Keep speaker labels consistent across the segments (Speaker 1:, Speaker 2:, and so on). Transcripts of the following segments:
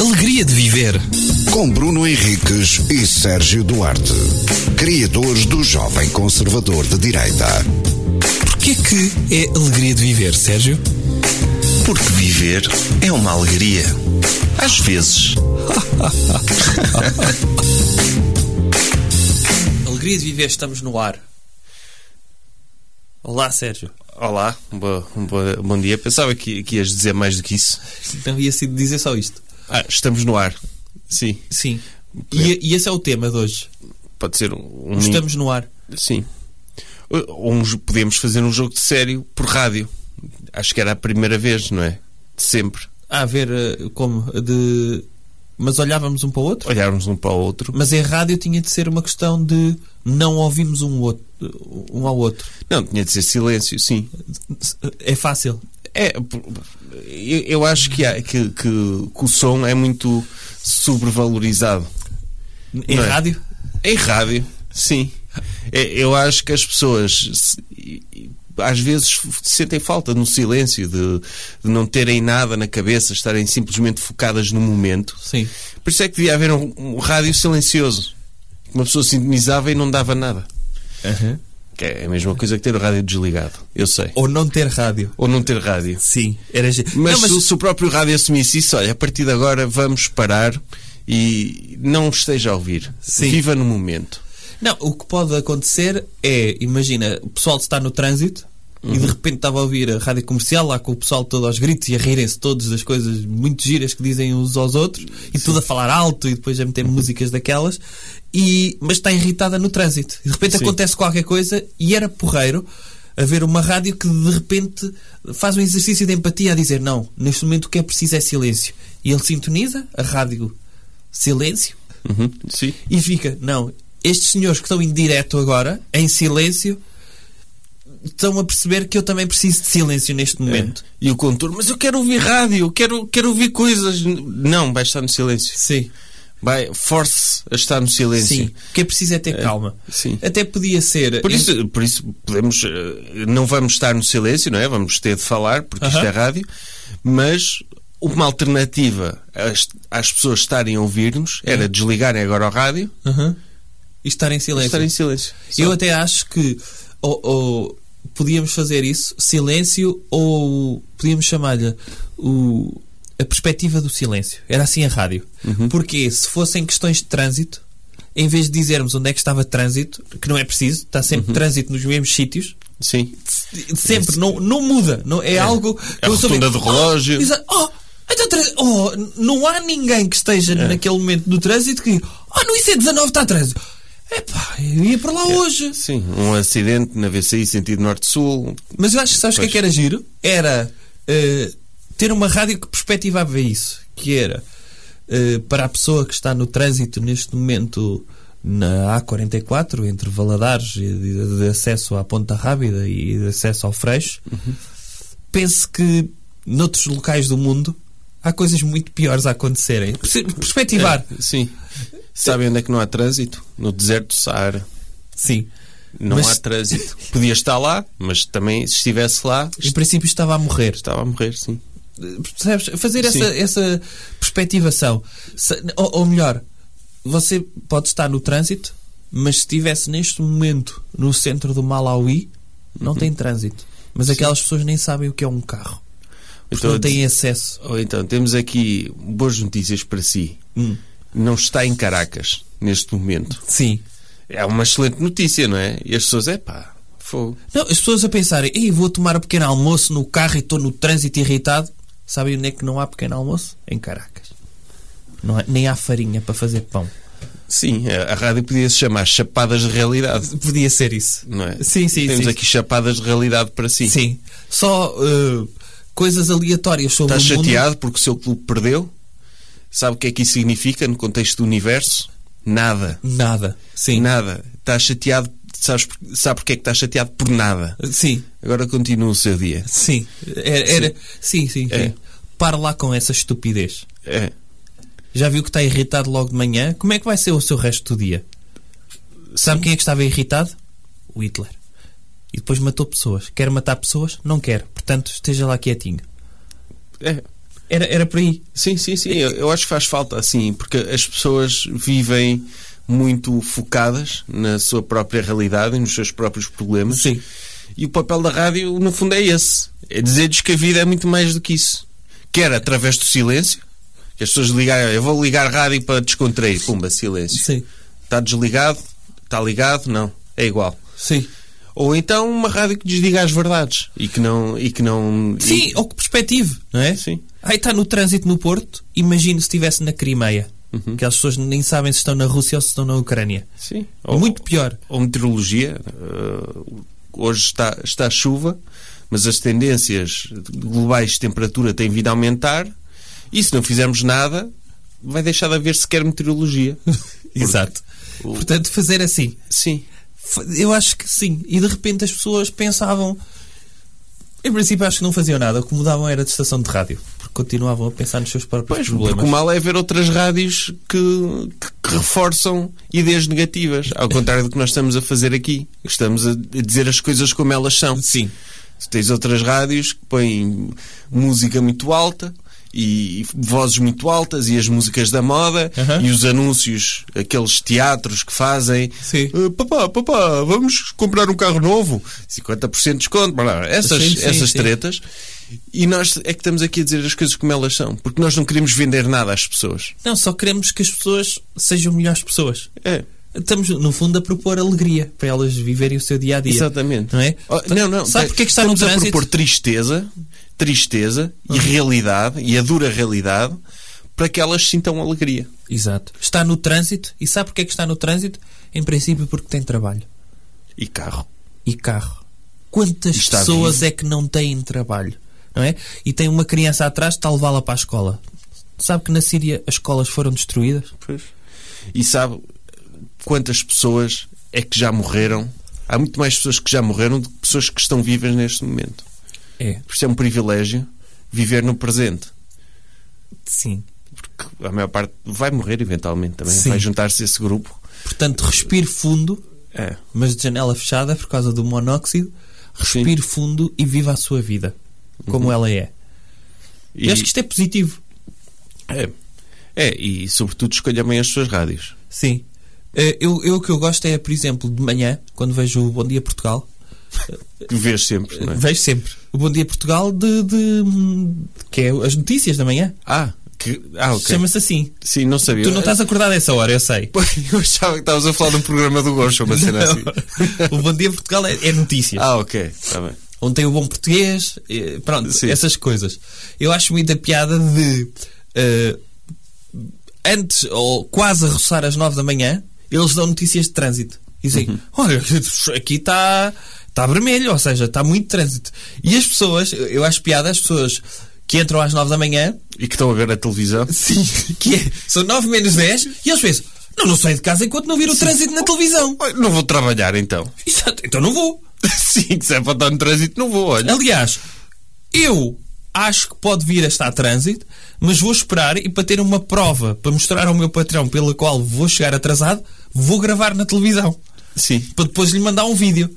Speaker 1: gostaria de viver.
Speaker 2: Com Bruno Henriques e Sérgio Duarte, criadores do Jovem Conservador de Direita.
Speaker 1: Porquê que é alegria de viver, Sérgio?
Speaker 3: Porque viver é uma alegria. Às vezes.
Speaker 4: Alegria de viver, estamos no ar. Olá, Sérgio.
Speaker 3: Olá, um bo- um bo- bom dia. Pensava que, que ias dizer mais do que isso.
Speaker 4: Então ia se dizer só isto.
Speaker 3: Ah, estamos no ar. Sim,
Speaker 4: Sim. E, e esse é o tema de hoje.
Speaker 3: pode ser um. um-
Speaker 4: Estamos no ar.
Speaker 3: Sim. Ou um jo- podemos fazer um jogo de sério por rádio. Acho que era a primeira vez, não é? De sempre.
Speaker 4: A ver eh, como de. Mas olhávamos um para o outro?
Speaker 3: Olharmos um para o outro.
Speaker 4: Mas em rádio tinha de ser uma questão de não ouvirmos um, outro, um ao outro.
Speaker 3: Não, tinha de ser silêncio, sim.
Speaker 4: É fácil.
Speaker 3: É, por- eu, eu acho que, há- que, que, que o som é muito sobrevalorizado.
Speaker 4: Em
Speaker 3: Não é?
Speaker 4: rádio?
Speaker 3: Em rádio, sim. É, Eu acho que as pessoas se- e- e, às vezes f- sentem falta no silêncio, de, de não terem nada na cabeça, estarem simplesmente focadas no momento.
Speaker 4: Sim.
Speaker 3: Por isso é que devia haver um, um rádio silencioso. Uma pessoa sintonizava e não dava nada. Que é a mesma coisa que ter o rádio desligado. Eu sei.
Speaker 4: Ou não ter rádio.
Speaker 3: Ou não ter rádio.
Speaker 4: Sim. Era... ge-
Speaker 3: Mas,
Speaker 4: Não,
Speaker 3: Se, se o próprio rádio assumisse isso, olha, a partir de agora vamos parar e não esteja a ouvir.
Speaker 4: Sim.
Speaker 3: Viva no momento.
Speaker 4: Não, o que pode acontecer é, imagina, o pessoal está no trânsito e de repente estava a ouvir a rádio comercial lá com o pessoal todo aos gritos e a rirem-se todos das coisas muito giras que dizem uns aos outros e tudo a falar alto e depois a meter músicas daquelas, e, mas está irritada no trânsito. E de repente
Speaker 3: Sim.
Speaker 4: acontece qualquer coisa e era porreiro haver uma rádio que de repente faz um exercício de empatia a dizer não, neste momento o que é preciso é silêncio. E ele sintoniza a rádio silêncio
Speaker 3: Uhum. Sim.
Speaker 4: e fica, não, estes senhores que estão em direto agora, em silêncio, estão a perceber que eu também preciso de silêncio neste
Speaker 3: É.
Speaker 4: momento.
Speaker 3: E o condutor, mas eu quero ouvir rádio, eu quero, quero ouvir coisas. Não, vai estar no silêncio.
Speaker 4: Sim.
Speaker 3: Vai, force a estar no silêncio.
Speaker 4: Sim. O que é preciso é ter calma.
Speaker 3: sim.
Speaker 4: Até podia ser.
Speaker 3: Por isso, por isso podemos, eh, não vamos estar no silêncio, não é? Vamos ter de falar, porque isto
Speaker 4: Aham.
Speaker 3: é rádio, mas uma alternativa às, às pessoas estarem a ouvir-nos era desligarem agora o rádio
Speaker 4: Aham. E estar em
Speaker 3: e
Speaker 4: silêncio.
Speaker 3: estarem em silêncio.
Speaker 4: Eu
Speaker 3: Só.
Speaker 4: até acho que ou, ou podíamos fazer isso, silêncio, ou podíamos chamar-lhe o- a perspectiva do silêncio. Era assim a rádio.
Speaker 3: Uhum.
Speaker 4: Porque se fossem questões de trânsito, em vez de dizermos onde é que estava trânsito, que não é preciso, está sempre
Speaker 3: Uhum.
Speaker 4: trânsito nos mesmos sítios,
Speaker 3: Sim.
Speaker 4: sempre, não, não muda. Não, é, algo.
Speaker 3: É a
Speaker 4: eu sou-
Speaker 3: rotunda do relógio.
Speaker 4: Oh, exa- oh, então tra- oh, não há ninguém que esteja
Speaker 3: É.
Speaker 4: naquele momento do trânsito que. Oh, no IC19 está trânsito. Epá, eu ia para lá
Speaker 3: É.
Speaker 4: hoje.
Speaker 3: Sim, um acidente na VCI sentido norte-sul.
Speaker 4: Mas eu acho que sabes o que é
Speaker 3: Pois.
Speaker 4: que era giro? Era eh, ter uma rádio que perspectivava isso. Que era eh, para a pessoa que está no trânsito neste momento na A44, entre Valadares, e de, de acesso à Ponta Rábida e de acesso ao Freixo, pense que noutros locais do mundo há coisas muito piores a acontecerem. Perce- Perspectivar.
Speaker 3: Sim. Sabem onde é que não há trânsito? No deserto do Saara.
Speaker 4: Sim.
Speaker 3: Não
Speaker 4: Mas-
Speaker 3: há trânsito. Podia estar lá, mas também se estivesse lá,
Speaker 4: Em princípio estava a morrer.
Speaker 3: estava a morrer, sim.
Speaker 4: Percebes? Fazer essa,
Speaker 3: Sim.
Speaker 4: essa perspectivação. Se- ou, ou melhor, você pode estar no trânsito, mas se estivesse neste momento no centro do Malawi, não tem trânsito. Mas aquelas pessoas nem sabem o que é um carro. Porque
Speaker 3: Então,
Speaker 4: não têm acesso.
Speaker 3: Ou então, temos aqui boas notícias para si.
Speaker 4: Hum.
Speaker 3: Não está em Caracas neste momento.
Speaker 4: Sim.
Speaker 3: É uma excelente notícia, não é? E as pessoas, é pá, fogo.
Speaker 4: Não, as pessoas a pensarem, Ei, vou tomar um pequeno almoço no carro e estou no trânsito irritado. Sabem onde é que não há pequeno almoço? Em Caracas. Não há- nem há farinha para fazer pão.
Speaker 3: Sim, a, a rádio podia se chamar Chapadas de Realidade,
Speaker 4: Podia ser isso.
Speaker 3: não é?
Speaker 4: Sim, sim,
Speaker 3: Temos
Speaker 4: sim.
Speaker 3: aqui Chapadas de Realidade para si.
Speaker 4: Sim. Só eh, coisas aleatórias sobre
Speaker 3: Está
Speaker 4: o mundo.
Speaker 3: chateado porque o seu clube perdeu? Sabe o que é que isso significa no contexto do universo? Nada.
Speaker 4: Nada. Sim.
Speaker 3: Nada. Está chateado, sabes, por- sabe porque é que está chateado? Por nada.
Speaker 4: Sim.
Speaker 3: Agora continua o seu dia.
Speaker 4: Sim. Era, era- Sim, sim.
Speaker 3: É.
Speaker 4: sim. Para lá com essa estupidez.
Speaker 3: É.
Speaker 4: Já viu que está irritado logo de manhã? Como é que vai ser o seu resto do dia? Sabe quem é que estava irritado? O Hitler. E depois matou pessoas. Quer matar pessoas? Não quer. Portanto, esteja lá quietinho.
Speaker 3: É.
Speaker 4: Era, era por aí.
Speaker 3: Sim, sim, sim. Eu, eu acho que faz falta, assim, porque as pessoas vivem muito focadas na sua própria realidade e nos seus próprios problemas.
Speaker 4: Sim.
Speaker 3: E o papel da rádio, no fundo, é esse. É dizer-lhes que a vida é muito mais do que isso. Quer através do silêncio, que as pessoas ligarem, eu vou ligar a rádio para descontrair. Pumba, silêncio.
Speaker 4: Sim.
Speaker 3: Está desligado? Está ligado? Não. É igual.
Speaker 4: Sim.
Speaker 3: Ou então uma rádio que desdiga as verdades e que não. E que não
Speaker 4: Sim, ou que perspective, não é?
Speaker 3: Sim.
Speaker 4: Aí está no trânsito no Porto, imagino se estivesse na Crimeia.
Speaker 3: Uhum.
Speaker 4: Que as pessoas nem sabem se estão na Rússia ou se estão na Ucrânia.
Speaker 3: e- sim.
Speaker 4: É Muito pior.
Speaker 3: ou meteorologia. eh, hoje está, está chuva, mas as tendências globais de temperatura têm vindo a aumentar e se não fizermos nada, vai deixar de haver sequer meteorologia.
Speaker 4: Exato. Portanto, fazer assim.
Speaker 3: Sim.
Speaker 4: Fa- Eu acho que sim. E de repente as pessoas pensavam. Em princípio, acho que não faziam nada. O que mudavam era de estação de rádio. Porque continuavam a pensar nos seus próprios
Speaker 3: Pois, porque
Speaker 4: problemas.
Speaker 3: o mal é ver outras rádios que, que- que reforçam ideias negativas, ao contrário do que nós estamos a fazer aqui. Estamos a a dizer as coisas como elas são.
Speaker 4: Sim.
Speaker 3: Tu tens outras rádios que põem música muito alta e vozes muito altas e as músicas da moda
Speaker 4: Aham.
Speaker 3: e os anúncios, aqueles teatros que fazem.
Speaker 4: Sim.
Speaker 3: "Eh, papá, papá, vamos comprar um carro novo. 50% de desconto. é blá, blá, blá. Essas,
Speaker 4: Sim, sim,
Speaker 3: essas
Speaker 4: sim.
Speaker 3: tretas. E nós é que estamos aqui a dizer as coisas como elas são. Porque nós não queremos vender nada às pessoas.
Speaker 4: Não, só queremos que as pessoas sejam melhores pessoas.
Speaker 3: É.
Speaker 4: Estamos, no fundo, a propor alegria para elas viverem o seu dia a dia.
Speaker 3: Exatamente.
Speaker 4: Não é?
Speaker 3: Oh, não, não.
Speaker 4: Sabe
Speaker 3: Te-
Speaker 4: porque é que está
Speaker 3: Estamos
Speaker 4: no
Speaker 3: a
Speaker 4: trânsito? Uhum.
Speaker 3: propor tristeza, tristeza e realidade, e a dura realidade, para que elas sintam alegria.
Speaker 4: Exato. Está no trânsito. E sabe porque é que está no trânsito? Em princípio, porque tem trabalho
Speaker 3: E carro.
Speaker 4: e carro. Quantas
Speaker 3: está
Speaker 4: pessoas é que não têm trabalho? Não é? E tem uma criança atrás, está a levá-la para a escola. Sabe que na Síria as escolas foram destruídas?
Speaker 3: E sabe quantas pessoas é que já morreram? Há muito mais pessoas que já morreram do que pessoas que estão vivas neste momento.
Speaker 4: É,
Speaker 3: Por isso é um privilégio viver no presente.
Speaker 4: sim.
Speaker 3: Porque a maior parte vai morrer eventualmente também.
Speaker 4: Sim.
Speaker 3: Vai juntar-se esse grupo.
Speaker 4: Portanto, respire fundo,
Speaker 3: É.
Speaker 4: mas de janela fechada por causa do monóxido. Respire fundo e viva a sua vida como ela é. E...
Speaker 3: Uhum. E-
Speaker 4: acho que isto é positivo.
Speaker 3: é. É, e sobretudo escolha bem as suas rádios.
Speaker 4: Sim. Eh, Eu, eu o que eu gosto é, por exemplo, de manhã, quando vejo o Bom Dia Portugal,
Speaker 3: Que vês sempre, não é?
Speaker 4: vejo sempre o Bom Dia Portugal de, de- de- que é as notícias da manhã.
Speaker 3: Ah, que, ah ok.
Speaker 4: Chama-se assim.
Speaker 3: Sim, não sabia.
Speaker 4: Tu não estás acordado a essa hora, eu sei.
Speaker 3: Eu achava que estavas a falar de um programa do Gosho, uma cena assim.
Speaker 4: o Bom Dia Portugal é, é notícias.
Speaker 3: Ah, ok. Está bem.
Speaker 4: Onde tem o bom português, eh, pronto,
Speaker 3: Sim.
Speaker 4: essas coisas. Eu acho muita piada de eh, antes ou quase a roçar às nove da manhã, eles dão notícias de trânsito. E dizem,
Speaker 3: Uhum.
Speaker 4: olha, aqui está está vermelho, ou seja, está muito trânsito. E as pessoas, eu- eu acho piada, as pessoas que entram às nove da manhã,
Speaker 3: E que estão a ver a televisão?
Speaker 4: sim, que é- são nove menos dez, e eles pensam, não, não saio de casa enquanto não vir o trânsito na televisão.
Speaker 3: Olha, Não vou trabalhar então.
Speaker 4: Exato, então não vou.
Speaker 3: Sim, se é para estar no trânsito, não vou, olha.
Speaker 4: Aliás, eu acho que pode vir a estar trânsito, mas vou esperar e para ter uma prova para mostrar ao meu patrão pela qual vou chegar atrasado, vou gravar na televisão
Speaker 3: Sim.
Speaker 4: para depois lhe mandar um vídeo.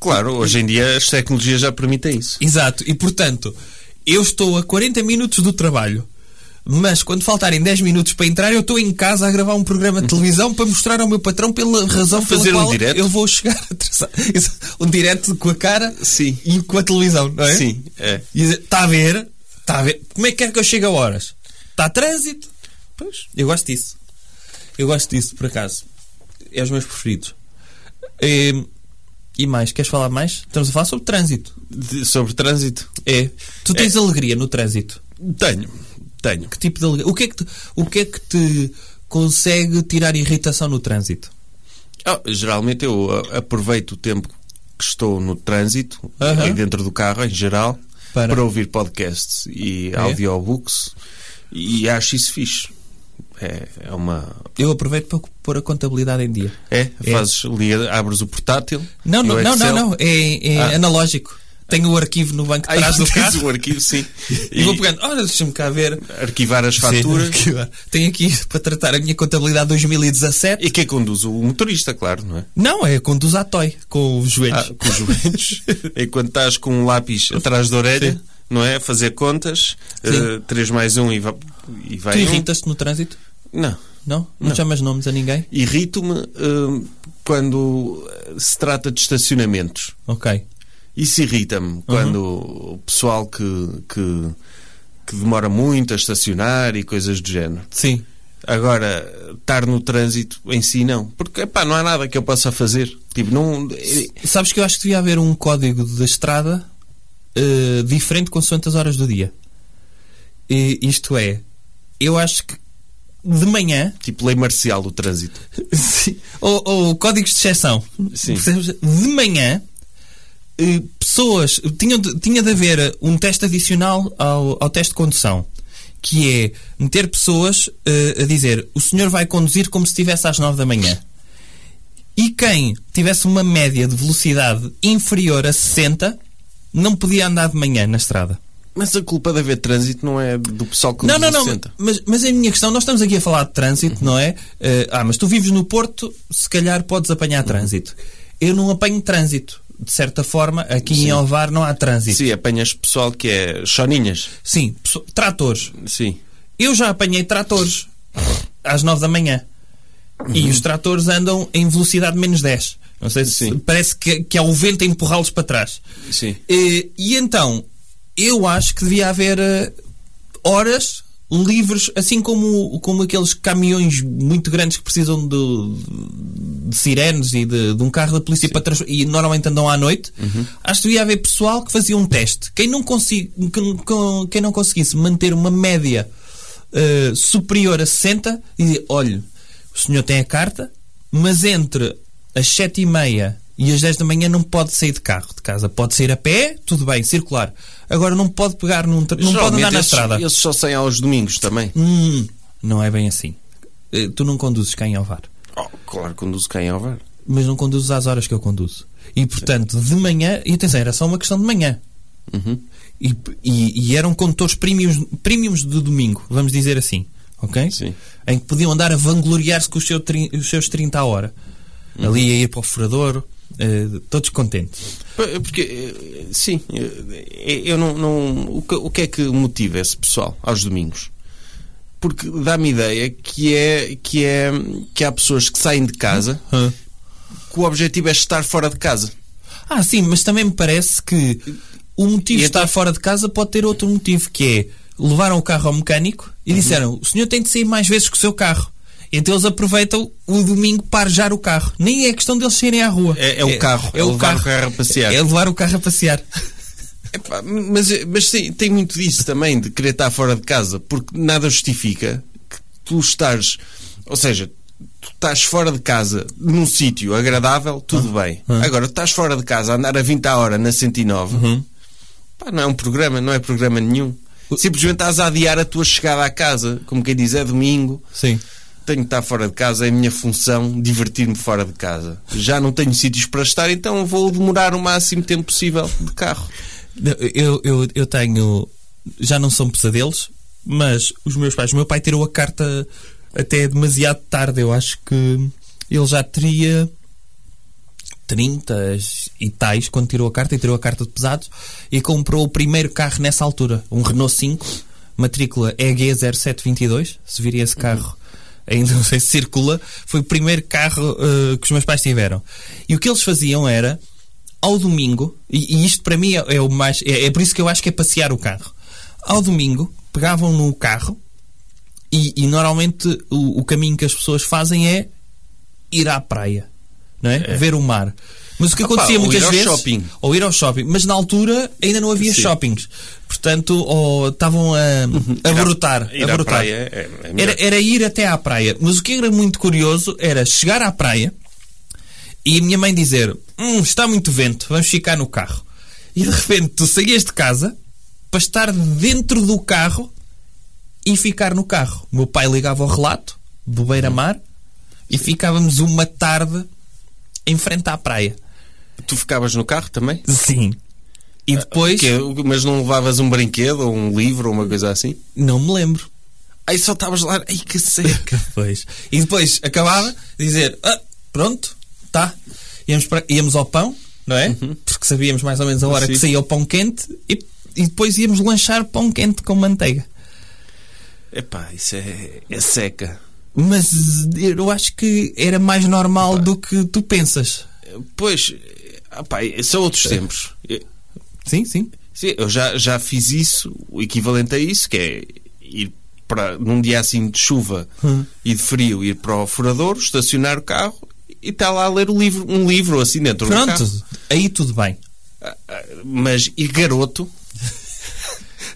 Speaker 3: Claro, hoje em dia as tecnologias já permitem isso.
Speaker 4: Exato, e portanto, eu estou a 40 minutos do trabalho. Mas quando faltarem 10 minutos para entrar, eu estou em casa a gravar um programa de televisão para mostrar ao meu patrão pela razão
Speaker 3: fazer um
Speaker 4: pela qual
Speaker 3: direto?
Speaker 4: eu vou chegar atrasado. Exato, Um direto com a cara
Speaker 3: Sim.
Speaker 4: e com a televisão, não é?
Speaker 3: Sim, é.
Speaker 4: Está a ver? Está a ver? Como é que quer que eu chegue a horas? Está trânsito? Pois. Eu gosto disso. Eu gosto disso, por acaso. É os meus preferidos. Ehm, E, mais? Queres falar mais? Estamos a falar sobre trânsito.
Speaker 3: De- sobre trânsito? É.
Speaker 4: Tu tens alegria no trânsito.
Speaker 3: Tenho, tenho.
Speaker 4: Que tipo de alegria? O que é que te, o que é que te consegue tirar irritação no trânsito?
Speaker 3: Ah, geralmente eu a- aproveito o tempo que estou no trânsito,
Speaker 4: Aham.
Speaker 3: aí dentro do carro em geral,
Speaker 4: Para?
Speaker 3: para, ouvir podcasts e
Speaker 4: É?
Speaker 3: audiobooks e acho isso fixe. É, é uma.
Speaker 4: Eu aproveito para pôr a contabilidade em dia.
Speaker 3: É?
Speaker 4: É.
Speaker 3: Fazes, liga, abres o portátil.
Speaker 4: Não,
Speaker 3: e
Speaker 4: não,
Speaker 3: o
Speaker 4: não, não,
Speaker 3: Excel.
Speaker 4: não. É, é
Speaker 3: Ah.
Speaker 4: analógico. Tenho o arquivo no banco de
Speaker 3: Aí
Speaker 4: trás do
Speaker 3: tens
Speaker 4: carro.
Speaker 3: o arquivo, sim.
Speaker 4: E vou pegando, olha, deixa-me cá ver.
Speaker 3: arquivar as faturas.
Speaker 4: Sim, Tenho aqui para tratar a minha contabilidade 2017.
Speaker 3: E quem conduz? O motorista, claro, não é?
Speaker 4: Não, é conduz à toy, com os joelhos.
Speaker 3: Ah, com os joelhos. Enquanto estás com um lápis atrás da orelha, não é? Fazer contas,
Speaker 4: Sim.
Speaker 3: eh, 3 mais 1 e vai, e vai
Speaker 4: Tu
Speaker 3: um.
Speaker 4: irritas-te no trânsito?
Speaker 3: Não.
Speaker 4: Não? Não,
Speaker 3: Não.
Speaker 4: chamas nomes a ninguém?
Speaker 3: Irrito-me eh, quando se trata de estacionamentos.
Speaker 4: Ok.
Speaker 3: Isso irrita-me quando o pessoal que, que, que demora muito a estacionar e coisas do género.
Speaker 4: Sim.
Speaker 3: Agora, estar no trânsito em si, não. Porque, pá, não há nada que eu possa fazer. Tipo, não...
Speaker 4: Sabes que eu acho que devia haver um código da estrada eh, diferente consoante as horas do dia. E isto é, eu acho que de manhã,
Speaker 3: Tipo, lei marcial do trânsito.
Speaker 4: Sim. ou, ou códigos de exceção,
Speaker 3: Sim.
Speaker 4: Percebes? de manhã, eh, pessoas. Tinham de, tinha de haver um teste adicional ao, ao teste de condução, que é meter pessoas eh, a dizer o senhor vai conduzir como se estivesse às 9 da manhã. E quem tivesse uma média de velocidade inferior a 60 não podia andar de manhã na estrada.
Speaker 3: Mas a culpa de haver trânsito não é do pessoal que
Speaker 4: Não,
Speaker 3: nos
Speaker 4: não, não.
Speaker 3: assenta.
Speaker 4: Mas, mas a minha questão, nós estamos aqui a falar de trânsito, não é? Eh, ah, mas tu vives no Porto, se calhar podes apanhar trânsito. Eu não apanho trânsito. De certa forma, aqui em Alvar não há trânsito. Sim,
Speaker 3: Sim, apanhas pessoal que é choninhas.
Speaker 4: pesso- tratores.
Speaker 3: Sim.
Speaker 4: Eu já apanhei tratores às 9 da manhã.
Speaker 3: Uhum.
Speaker 4: E os tratores andam em velocidade menos 10. Não sei se
Speaker 3: Sim.
Speaker 4: parece que, que há o vento a empurrá-los para trás.
Speaker 3: Sim.
Speaker 4: Eh, E, então, eu acho que devia haver eh, horas livres, assim como, como aqueles caminhões muito grandes que precisam do- de, sirenes e de, de um carro da polícia para trans- e normalmente andam à noite.
Speaker 3: Uhum.
Speaker 4: Acho que devia haver pessoal que fazia um teste. Quem não, consi que- com- quem não conseguisse manter uma média eh, superior a 60 dizia, olha, o senhor tem a carta, mas entre as 7 e meia e as 10 da manhã não pode sair de carro de casa. Pode sair a pé, tudo bem, circular. Agora não pode pegar num... tra- Não pode
Speaker 3: Geralmente
Speaker 4: andar na
Speaker 3: esses-
Speaker 4: estrada.
Speaker 3: Esses só saem aos domingos também.
Speaker 4: Hum, não é bem assim. Eh, Tu não conduzes cá em Alvar.
Speaker 3: Oh, claro, conduzo quem ao VAR.
Speaker 4: Mas não conduzes às horas que eu conduzo. E, portanto, de manhã... E atenção, era só uma questão de manhã. E, e- e eram condutores premiums, premiums de domingo, vamos dizer assim. Ok?
Speaker 3: Sim.
Speaker 4: Em que podiam andar a vangloriar-se com os, seu tri- os seus 30 a hora. Ali a ir para o furador, eh, todos contentes.
Speaker 3: P- Porque, eh, sim, eh, eu não. não- o, que, o que é que motiva esse pessoal aos domingos? Porque dá-me ideia que é, que é que há pessoas que saem de casa que o objetivo é estar fora de casa.
Speaker 4: Ah, sim, mas também me parece que o motivo de
Speaker 3: E então-
Speaker 4: estar fora de casa pode ter outro motivo, que é levaram o carro ao mecânico
Speaker 3: Uhum.
Speaker 4: e disseram o senhor tem de sair mais vezes com o seu carro. Então eles aproveitam o domingo para arejar o carro. Nem é questão deles saírem à rua.
Speaker 3: É- é o carro, é levar o carro a passear.
Speaker 4: É levar o carro a passear.
Speaker 3: Epá, mas mas tem, tem muito disso também, de querer estar fora de casa, porque nada justifica que tu estás. Ou seja, tu estás fora de casa num sítio agradável, tudo bem. Agora, tu estás fora de casa a andar a 20 a hora na 109, pá, não é um programa, não é programa nenhum. Simplesmente estás a adiar a tua chegada à casa, como quem diz, é domingo.
Speaker 4: Sim.
Speaker 3: Tenho que estar fora de casa, é a minha função divertir-me fora de casa. Já não tenho sítios para estar, então vou demorar o máximo tempo possível de carro.
Speaker 4: Eu, eu, eu tenho. Já não são pesadelos, mas os meus pais. O meu pai tirou a carta até demasiado tarde. Eu acho que ele já teria 30 e tais quando tirou a carta e tirou a carta de pesados e comprou o primeiro carro nessa altura, um Renault 5, matrícula EG0722. Se vir esse carro. Ainda não sei se circula, foi o primeiro carro eh, que os meus pais tiveram. E o que eles faziam era, ao domingo, e, e isto para mim é, é o mais. É, é por isso que eu acho que é passear o carro. Ao domingo, pegavam no carro e, e normalmente o, o caminho que as pessoas fazem é ir à praia, não é? Ver o mar. Mas o que
Speaker 3: Opa,
Speaker 4: acontecia
Speaker 3: ou ir
Speaker 4: muitas
Speaker 3: ao
Speaker 4: vezes.
Speaker 3: shopping.
Speaker 4: Ou ir ao shopping. Mas na altura ainda não havia
Speaker 3: Sim. Uhum.
Speaker 4: shoppings. Portanto, ou estavam a, a brotar.
Speaker 3: Ir
Speaker 4: a
Speaker 3: à
Speaker 4: brotar.
Speaker 3: praia é- é melhor.
Speaker 4: era, era ir até à praia. Mas o que era muito curioso era chegar à praia e a minha mãe dizer: "Hum, está muito vento, vamos ficar no carro. E de repente tu saías de casa para estar dentro do carro e ficar no carro. O meu pai ligava ao relato do beira-mar e ficávamos uma tarde em frente à praia.
Speaker 3: Tu ficavas no carro também?
Speaker 4: Sim. E depois,
Speaker 3: Ah, Que- é mas não levavas um brinquedo ou um livro ou uma coisa assim?
Speaker 4: não me lembro.
Speaker 3: Aí só estavas lá, ai que seca.
Speaker 4: Pois. E depois acabava de dizer: "Ah, pronto, tá. Íamos, para- íamos ao pão, não é? Porque sabíamos mais ou menos a hora
Speaker 3: Sim.
Speaker 4: que saía o pão quente e e depois íamos lanchar pão quente com manteiga.
Speaker 3: Epá, isso é, é seca.
Speaker 4: Mas eu acho que era mais normal do que tu pensas.
Speaker 3: Pois, epá, são outros tempos. Eu-
Speaker 4: Sim, sim.
Speaker 3: Sim, eu já, já fiz isso, o equivalente a isso, que é ir para, num dia assim de chuva e de frio, ir para o furador, estacionar o carro e está lá a ler o livro, um livro assim dentro do
Speaker 4: Pronto,
Speaker 3: carro.
Speaker 4: aí tudo bem.
Speaker 3: Ah, ah, Mas, e garoto?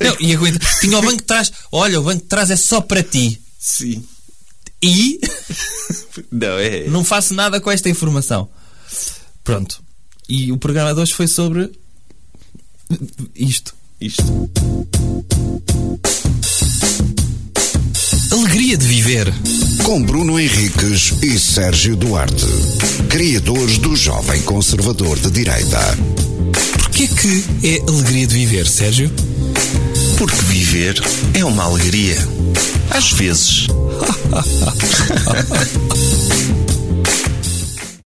Speaker 4: Não, e aguenta. Tinha o banco de trás. Olha, o banco de trás é só para ti.
Speaker 3: Sim.
Speaker 4: E
Speaker 3: Não, é...
Speaker 4: não faço nada com esta informação. Pronto. E o programa de hoje foi sobre isto.
Speaker 3: Isto.
Speaker 1: Alegria de viver.
Speaker 2: Com Bruno Henriques e Sérgio Duarte, criadores do Jovem Conservador de Direita.
Speaker 1: Porquê que é alegria de viver, Sérgio?
Speaker 5: Porque viver é uma alegria. Às vezes.